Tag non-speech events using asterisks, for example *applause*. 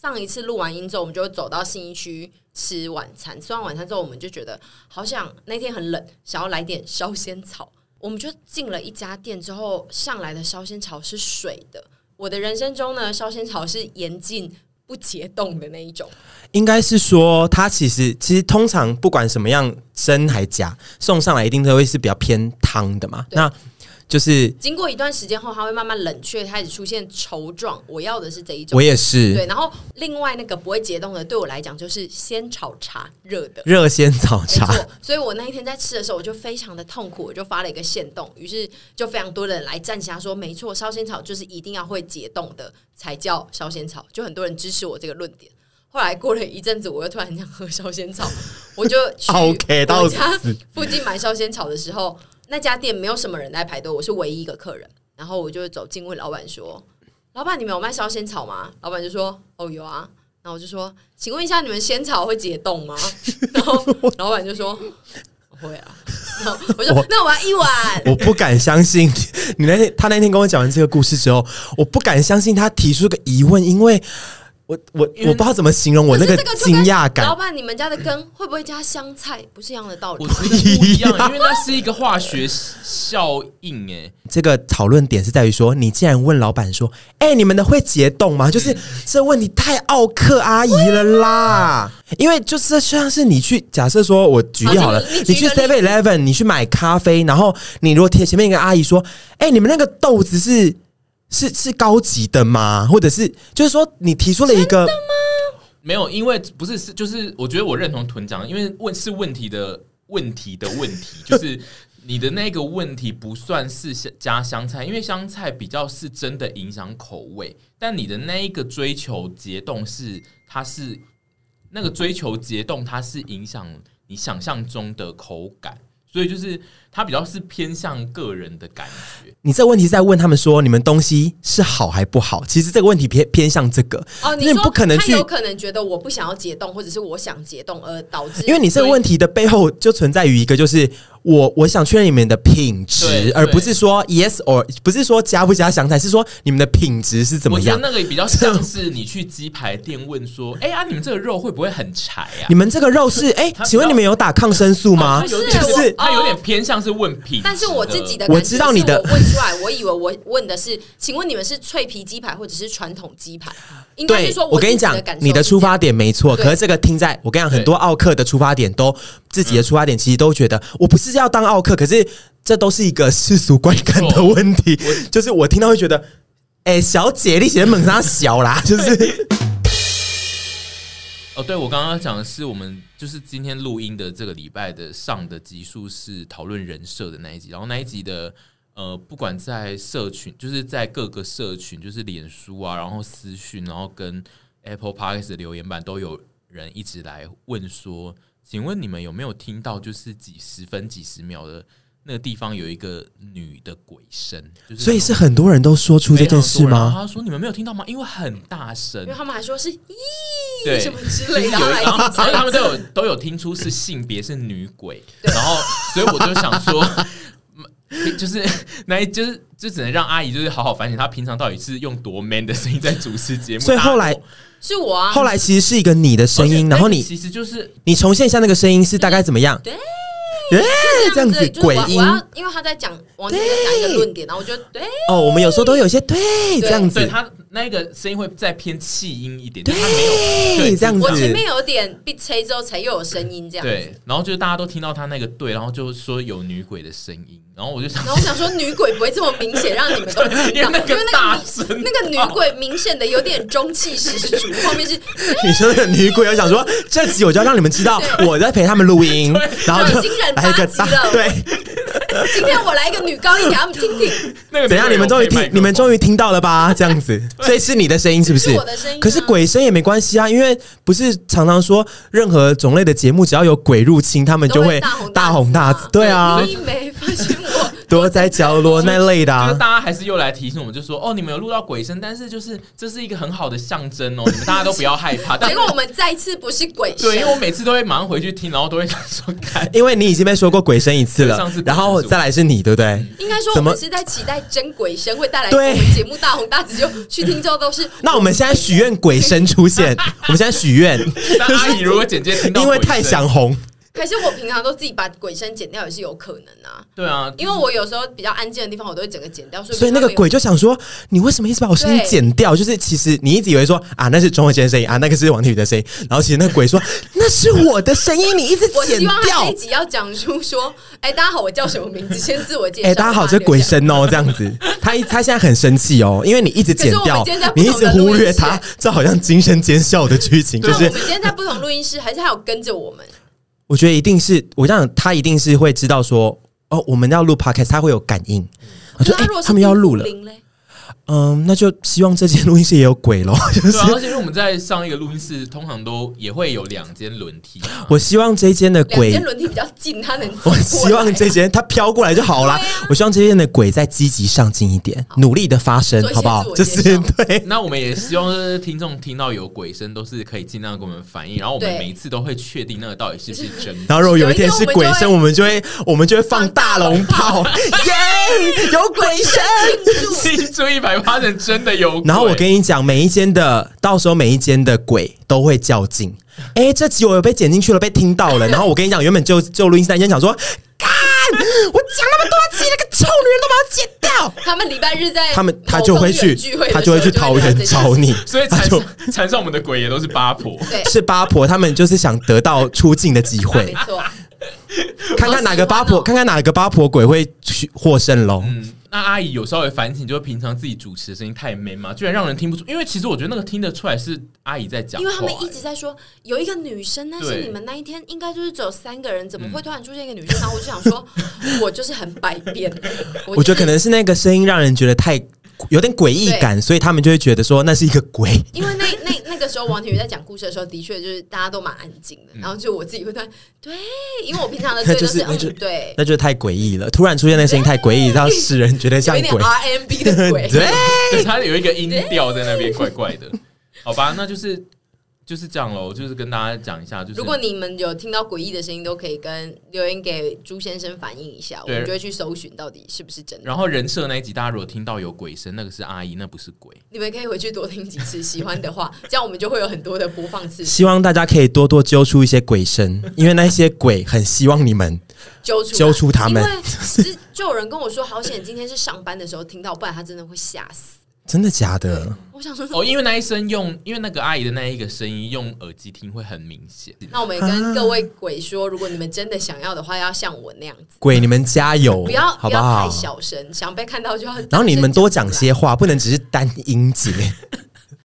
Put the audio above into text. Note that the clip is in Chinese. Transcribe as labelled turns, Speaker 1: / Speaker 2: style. Speaker 1: 上一次录完音之后，我们就会走到信义区吃晚餐。吃完晚餐之后，我们就觉得好想那天很冷，想要来点烧仙草。我们就进了一家店之后，上来的烧仙草是水的。我的人生中呢，烧仙草是严禁不解冻的那一种。
Speaker 2: 应该是说，它其实其实通常不管什么样真还假，送上来一定都会是比较偏汤的嘛。
Speaker 1: 对
Speaker 2: 那就是
Speaker 1: 经过一段时间后，它会慢慢冷却，开始出现稠状。我要的是这一种
Speaker 2: 我。也是
Speaker 1: 对，然后另外那个不会解冻的，对我来讲就是先炒茶热的。
Speaker 2: 热鲜早
Speaker 1: 没
Speaker 2: 茶，
Speaker 1: 错，所以我那一天在吃的时候，我就非常的痛苦，我就发了一个限动，于是就非常多的人来站起来说，没错，烧仙草就是一定要会解冻的才叫烧仙草，就很多人支持我这个论点。后来过了一阵子，我又突然很想喝烧仙草，我就 *laughs* 去
Speaker 2: 啊 OK，到
Speaker 1: 我家
Speaker 2: 死
Speaker 1: 附近买烧仙草的时候，那家店没有什么人在排队，我是唯一一个客人。然后我就走进问老板说：“老板，你们有卖烧仙草吗？”老板就说：“哦，有啊。”然后我就说：“请问一下，你们仙草会解冻吗？” *laughs* 然
Speaker 2: *laughs*
Speaker 1: 后老板就说：“会啊。”然后我就
Speaker 2: 我
Speaker 1: 那我要一碗。
Speaker 2: 我不敢相信你那天他那天跟我讲完这个故事之后，我不敢相信他提出个疑问，因为我我我不知道怎么形容我那
Speaker 1: 可是这就跟
Speaker 2: 惊讶
Speaker 1: 老
Speaker 2: 感。
Speaker 1: 板，你们家的羹会不会加香菜？不是一样的道理
Speaker 3: 我
Speaker 1: 吗。
Speaker 3: 觉得不一样，因为那是一个化学效应哎。
Speaker 2: 这个讨论点是在于说，你既然问老板说：“哎、你们的会解冻吗？”就是这问题太奥克阿姨了啦。因为就是这像是你去假设说，我举例好了
Speaker 1: 好你，你
Speaker 2: 你
Speaker 1: 举
Speaker 2: 去
Speaker 1: 一个
Speaker 2: Seven Eleven，你去买咖啡，然后你如果贴前面一个阿姨说：“哎、你们那个豆子是是是高级的吗？”或者是就是说你提出了一个
Speaker 3: 没有，因为不是是就是，我觉得我认同屯长，因为问是问题的问题的问题，就是你的那个问题不算是香加香菜，因为香菜比较是真的影响口味，但你的那一个追求结冻是它是那个追求结冻，它是影响你想象中的口感，所以就是它比较是偏向个人的感觉。
Speaker 2: 你这个问题是在问他们说你们东西是好还不好？其实这个问题偏偏向这个，
Speaker 1: 哦，
Speaker 2: 因
Speaker 1: 你
Speaker 2: 为
Speaker 1: 说
Speaker 2: 不可能
Speaker 1: 他
Speaker 2: 去
Speaker 1: 有可能觉得我不想要解冻，或者是我想解冻而导致，
Speaker 2: 因为你这个问题的背后就存在于一个，就是我我想确认你们的品
Speaker 3: 对
Speaker 2: 质，而
Speaker 3: 对
Speaker 2: 不是说 yes or 不是说加不加香菜，是说你们的品质是怎么
Speaker 3: 我觉
Speaker 2: 样
Speaker 3: 得。那个比较像是你去鸡排店问说，
Speaker 2: *laughs*
Speaker 3: 哎、啊，你们这个肉会不会很柴啊？
Speaker 2: 你们这个肉是哎
Speaker 3: 他，
Speaker 2: 请问你们有打抗生素吗？
Speaker 3: 有
Speaker 1: 是啊
Speaker 3: 点
Speaker 2: 就
Speaker 1: 我哦
Speaker 2: 是
Speaker 3: 他有点偏向是问品质，
Speaker 1: 但是我自己的
Speaker 2: 呃我
Speaker 1: 感觉
Speaker 2: 知道你的
Speaker 1: 是我问出来，我以为我问的是，请问你们是脆皮鸡排或者是传统鸡排？应该是
Speaker 2: 对
Speaker 1: 说，
Speaker 2: 我跟你
Speaker 1: 自己
Speaker 2: 讲
Speaker 1: 的感，受
Speaker 2: 你的
Speaker 1: 是
Speaker 2: 出发点没错，
Speaker 1: 对
Speaker 2: 可是这个听在我跟你讲，
Speaker 3: 对
Speaker 2: 很多奥克的出发点都自己的出发点，其实都觉得我不是要当奥克，可是这都是一个世俗观感
Speaker 3: 没
Speaker 2: 的
Speaker 3: 错
Speaker 2: 问题，就是我听到会觉得，哎，小姐，你写的猛啥小啦，就是。
Speaker 3: 哦，对我刚刚讲的是我们就是今天录音的这个礼拜的上的集数是讨论人设的那一集，然后那一集的呃，不管在社群，就是在各个社群，就是脸书啊，然后私讯，然后跟 Apple Podcast 的留言板都有人一直来问说，请问你们有没有听到就是几十分几十秒的那个地方有一个女的鬼声，就是
Speaker 2: 所以是很多人都说出这件事
Speaker 3: 非常多然后
Speaker 2: 吗？
Speaker 3: 他说你们没有听到吗？因为很大声
Speaker 1: 因为，他们还说是咦
Speaker 3: 对，
Speaker 1: 什么之
Speaker 3: 就是
Speaker 1: 类
Speaker 3: 有一
Speaker 1: 的，
Speaker 3: 个，然 *laughs* 后
Speaker 1: 后
Speaker 3: 他
Speaker 1: 来
Speaker 3: 们他们都有都有听出是性别是女鬼，然后所以我就想说，嗯就是那一就是就只能让阿姨就是好好反省她平常到底是用多 man 的声音在主持节目，
Speaker 2: 所以后来
Speaker 3: 大家懂
Speaker 1: 是我啊，
Speaker 2: 后来其实是一个你的声
Speaker 3: 而且
Speaker 2: 音，
Speaker 3: 那
Speaker 2: 然后
Speaker 3: 个
Speaker 2: 你
Speaker 3: 其实就是
Speaker 2: 你重现一下那个声音是大概怎么样？
Speaker 1: 对
Speaker 2: 耶，这
Speaker 1: 这
Speaker 2: 样
Speaker 1: 样
Speaker 2: 子
Speaker 1: 子
Speaker 2: 鬼
Speaker 1: 就是
Speaker 2: 音
Speaker 1: 我我要因为他在讲王晶在讲一个论点，然后我就对，
Speaker 2: 哦，我们有时候都有一些对这样
Speaker 3: 对
Speaker 2: 子，
Speaker 3: 她那个声音会再偏气音一点，就
Speaker 2: 对
Speaker 3: 她没有对
Speaker 2: 这样
Speaker 1: 我前
Speaker 2: 子，
Speaker 1: 面有点被吹之后才又有声音这样，
Speaker 3: 对，然后就是大家都听到她那个对，然后就说有女鬼的声音，然后我就想
Speaker 1: 然后我想说，女鬼不会这么明显让你们都知道，
Speaker 3: 因为那个大声
Speaker 1: 因为那个女那个女鬼明显的有点中气十足，后面是
Speaker 2: 你说的女鬼，我想说这集我就要让你们知道我在陪他们录音，然后就
Speaker 1: 已经忍
Speaker 2: 来一个
Speaker 1: 八集了
Speaker 2: 对，
Speaker 1: 今天我来一个女高音给他们听听，
Speaker 3: 那个
Speaker 2: 怎样？你们终于听，你们
Speaker 3: 于
Speaker 2: 终于听到了吧？这样子，所以是你的声音是不是？
Speaker 1: 是我的声音啊
Speaker 2: 可是鬼声也没关系啊，因为不是常常说任何种类的节目只要有鬼入侵，他们就
Speaker 1: 都
Speaker 2: 会
Speaker 1: 会大红大紫啊
Speaker 2: 大红大紫，对啊。
Speaker 1: 你没发现我
Speaker 2: 躲在角落那类的、
Speaker 3: 就是
Speaker 2: 啊。
Speaker 3: 大家还是又来提醒我们，就说哦，你们有录到鬼声，但是就是这是一个很好的象征哦，你们大家都不要害怕。但
Speaker 1: 结果我们再次不是鬼神
Speaker 3: 对，因为我每次都会马上回去听，然后都会想
Speaker 2: *laughs*
Speaker 3: 说，看
Speaker 2: 因为你已经被说过鬼声一次
Speaker 3: 对上
Speaker 2: 了
Speaker 3: 次，
Speaker 2: 然后再来是你，对不对？
Speaker 1: 应该说我
Speaker 2: 怎么
Speaker 1: 们是在期待真鬼神会带来
Speaker 2: 对
Speaker 1: 我们节目大红大紫，就去听之后都是
Speaker 2: 那我们现在许愿鬼声出
Speaker 1: *laughs*
Speaker 2: 现， *laughs* 我们现在许愿，
Speaker 3: 但阿姨如果简介听到，
Speaker 2: 因为太，
Speaker 1: *laughs*
Speaker 2: 想红，
Speaker 1: 还是我平常都自己把鬼声剪掉也是有可能啊，
Speaker 3: 对啊，
Speaker 1: 因为我有时候比较安静的地方我都会整个剪掉，所以
Speaker 2: 所以那个
Speaker 1: 他们有
Speaker 2: 鬼就想说，你为什么一直把我声音
Speaker 1: 对
Speaker 2: 剪掉？就是其实你一直以为说啊，那是钟慧娟的声音啊，那个是王天宇的声音，然后其实那个鬼说那是我的声音，你一直
Speaker 1: 我
Speaker 2: 剪
Speaker 1: 希望他这
Speaker 2: 掉
Speaker 1: 一。集要讲出说，哎、大家好，我叫什么名字？先自我介绍。
Speaker 2: 哎、大家好，
Speaker 1: 让
Speaker 2: 这
Speaker 1: 他
Speaker 2: 是鬼
Speaker 1: 留下。
Speaker 2: 神哦，这样子，他一他现在很生气哦，因为你一直剪
Speaker 1: 可是我
Speaker 2: 掉
Speaker 1: 们今天在，不
Speaker 2: 你一
Speaker 1: 同的
Speaker 2: 直忽略他，这好像惊声尖笑的剧情，就
Speaker 1: 那我
Speaker 2: 是啊
Speaker 1: 们今天在不同录音室，还是还有跟着我们？
Speaker 2: 我觉得一定是，我想他一定是会知道说，哦，我们要录 podcast，他会有感应。我说，
Speaker 1: 嗯那
Speaker 2: 哎、
Speaker 1: 如果是
Speaker 2: 他们要录了，
Speaker 1: 零嘞，
Speaker 2: 嗯，那就希望这间录音室也有鬼
Speaker 1: *laughs*
Speaker 2: 咯。就
Speaker 3: 对
Speaker 2: 是
Speaker 3: 啊，而且因为我们在上一个录音室，通常都也会有两间轮
Speaker 2: *laughs*
Speaker 3: 替啊，
Speaker 2: 我希望这间的
Speaker 1: 两
Speaker 2: 鬼
Speaker 1: 间轮替比较近，他能
Speaker 2: *laughs*
Speaker 1: 走
Speaker 2: 我
Speaker 1: 过
Speaker 2: 希
Speaker 1: 来
Speaker 2: 望这些它飘过来就好啦。
Speaker 1: 对啊
Speaker 2: 我希望这些的鬼再积极上进一点，努力的发声
Speaker 1: 做，一些
Speaker 2: 好不好
Speaker 1: 自？我
Speaker 2: 就
Speaker 1: 介
Speaker 2: 是
Speaker 1: 绍
Speaker 2: 对。
Speaker 3: 那我们也希望就是听众听到有鬼声，都是可以尽量给我们反映，然后我们
Speaker 1: 对
Speaker 3: 每一次都会确定那个到底是不是真
Speaker 2: *laughs*
Speaker 3: 的。 *laughs*
Speaker 2: 然后如果有一天
Speaker 1: 有一
Speaker 2: 是
Speaker 1: 天
Speaker 2: 鬼声，我
Speaker 1: 我
Speaker 2: 们就会我们就会放
Speaker 1: 放大
Speaker 2: 大龙
Speaker 1: 龙 *laughs*
Speaker 2: 炮，耶！有鬼声。
Speaker 3: 庆祝一百八人真的有鬼，
Speaker 2: 然后我跟你讲，每一间的到时候每一间的鬼都会
Speaker 1: *laughs*
Speaker 2: 较劲。哎，这集我有被剪进去了，被听到了。然后我跟你讲，原本就就录音室那间想说，干，我讲那么多集，那个臭女人都把
Speaker 1: *laughs*
Speaker 2: 我剪掉。
Speaker 1: 他们礼拜日在
Speaker 2: 他们他
Speaker 1: 某
Speaker 2: 就
Speaker 1: 公
Speaker 2: 会
Speaker 1: 园
Speaker 2: 去
Speaker 1: 聚会，的时
Speaker 2: 他
Speaker 1: 候
Speaker 2: 就
Speaker 1: 就
Speaker 2: 会去桃园找
Speaker 1: 你。
Speaker 2: 你，
Speaker 3: 所以
Speaker 2: 他
Speaker 3: 缠
Speaker 2: 就
Speaker 3: 上缠上我们的鬼也都是八婆，
Speaker 1: 对，
Speaker 2: *laughs* 是八婆，他们就是想得到出境的机
Speaker 1: 没 *laughs*
Speaker 2: 会，
Speaker 1: 错。
Speaker 2: 看看哪个八
Speaker 1: 好喜欢
Speaker 2: 婆，
Speaker 1: 哦
Speaker 2: 看看哪个八婆鬼会去获胜喽。
Speaker 3: 嗯，那阿姨有稍微反省，就是平常自己主持的声音太 man 嘛，居然让人听不出。因为其实我觉得那个听得出来是阿 *laughs* 姨在讲
Speaker 1: 因
Speaker 3: 话、
Speaker 1: 为他们一直在说有一个女生，但是
Speaker 3: 对嗯
Speaker 1: 你们那一天应该就是只有三个人，怎么会突然出现一个女生？然后我就想说，我就是很百变，
Speaker 2: 我觉得可能是那个声音让人觉得太有点诡异感，所以他们就会觉得说那是一个鬼。
Speaker 1: 因为那 *laughs* 那那个时候王庭宇在讲故事的时候，的确就是大家都蛮安静的，然后就我自己会突然对，因为我平常的对
Speaker 2: 就
Speaker 1: 就是是
Speaker 2: 我就
Speaker 1: 嗯对，
Speaker 2: 那就是太诡异了，突然出现那个声音太诡异，让世人觉得
Speaker 1: 有
Speaker 2: 像
Speaker 1: 一点
Speaker 2: 鬼。
Speaker 1: R M B
Speaker 2: *laughs*
Speaker 1: 的鬼，
Speaker 2: 对，
Speaker 3: 对她有一个音调在那边怪怪的，好吧，那就是就是这样喽，就是跟大家讲一下，就是
Speaker 1: 如果你们有听到诡异的声音，都可以跟留言给朱先生反映一下，我
Speaker 3: 对
Speaker 1: 们就会去搜寻到底是不是真的。
Speaker 3: 然后人设那一集，大家如果听到有鬼声，那个是阿姨，那不是鬼。
Speaker 1: 你们可以回去多听几次，喜欢的话，这样我们就会有很多的播放次数，
Speaker 2: 希望大家可以多多揪出一些鬼声，因为那些鬼很希望你们
Speaker 1: 揪出来
Speaker 2: *laughs* 揪出他们
Speaker 1: 因为是就有人跟我说，好险今天是上班的时候听到，不然他真的会吓死。
Speaker 2: 真的假的？
Speaker 1: 我想说，
Speaker 3: 哦，因为那一声用，因为那个阿姨的那一个声音用耳机听会很明显。
Speaker 1: 那我们也
Speaker 2: 啊
Speaker 1: 跟各位鬼说，如果你们真的想要的话，要像我那样子，
Speaker 2: 鬼，你们加油，
Speaker 1: 不要
Speaker 2: 哦
Speaker 1: 不
Speaker 2: 好不
Speaker 1: 要
Speaker 2: 好
Speaker 1: 太？小声，想被看到就要。
Speaker 2: 然后你们多讲，些话，不能只是单音节。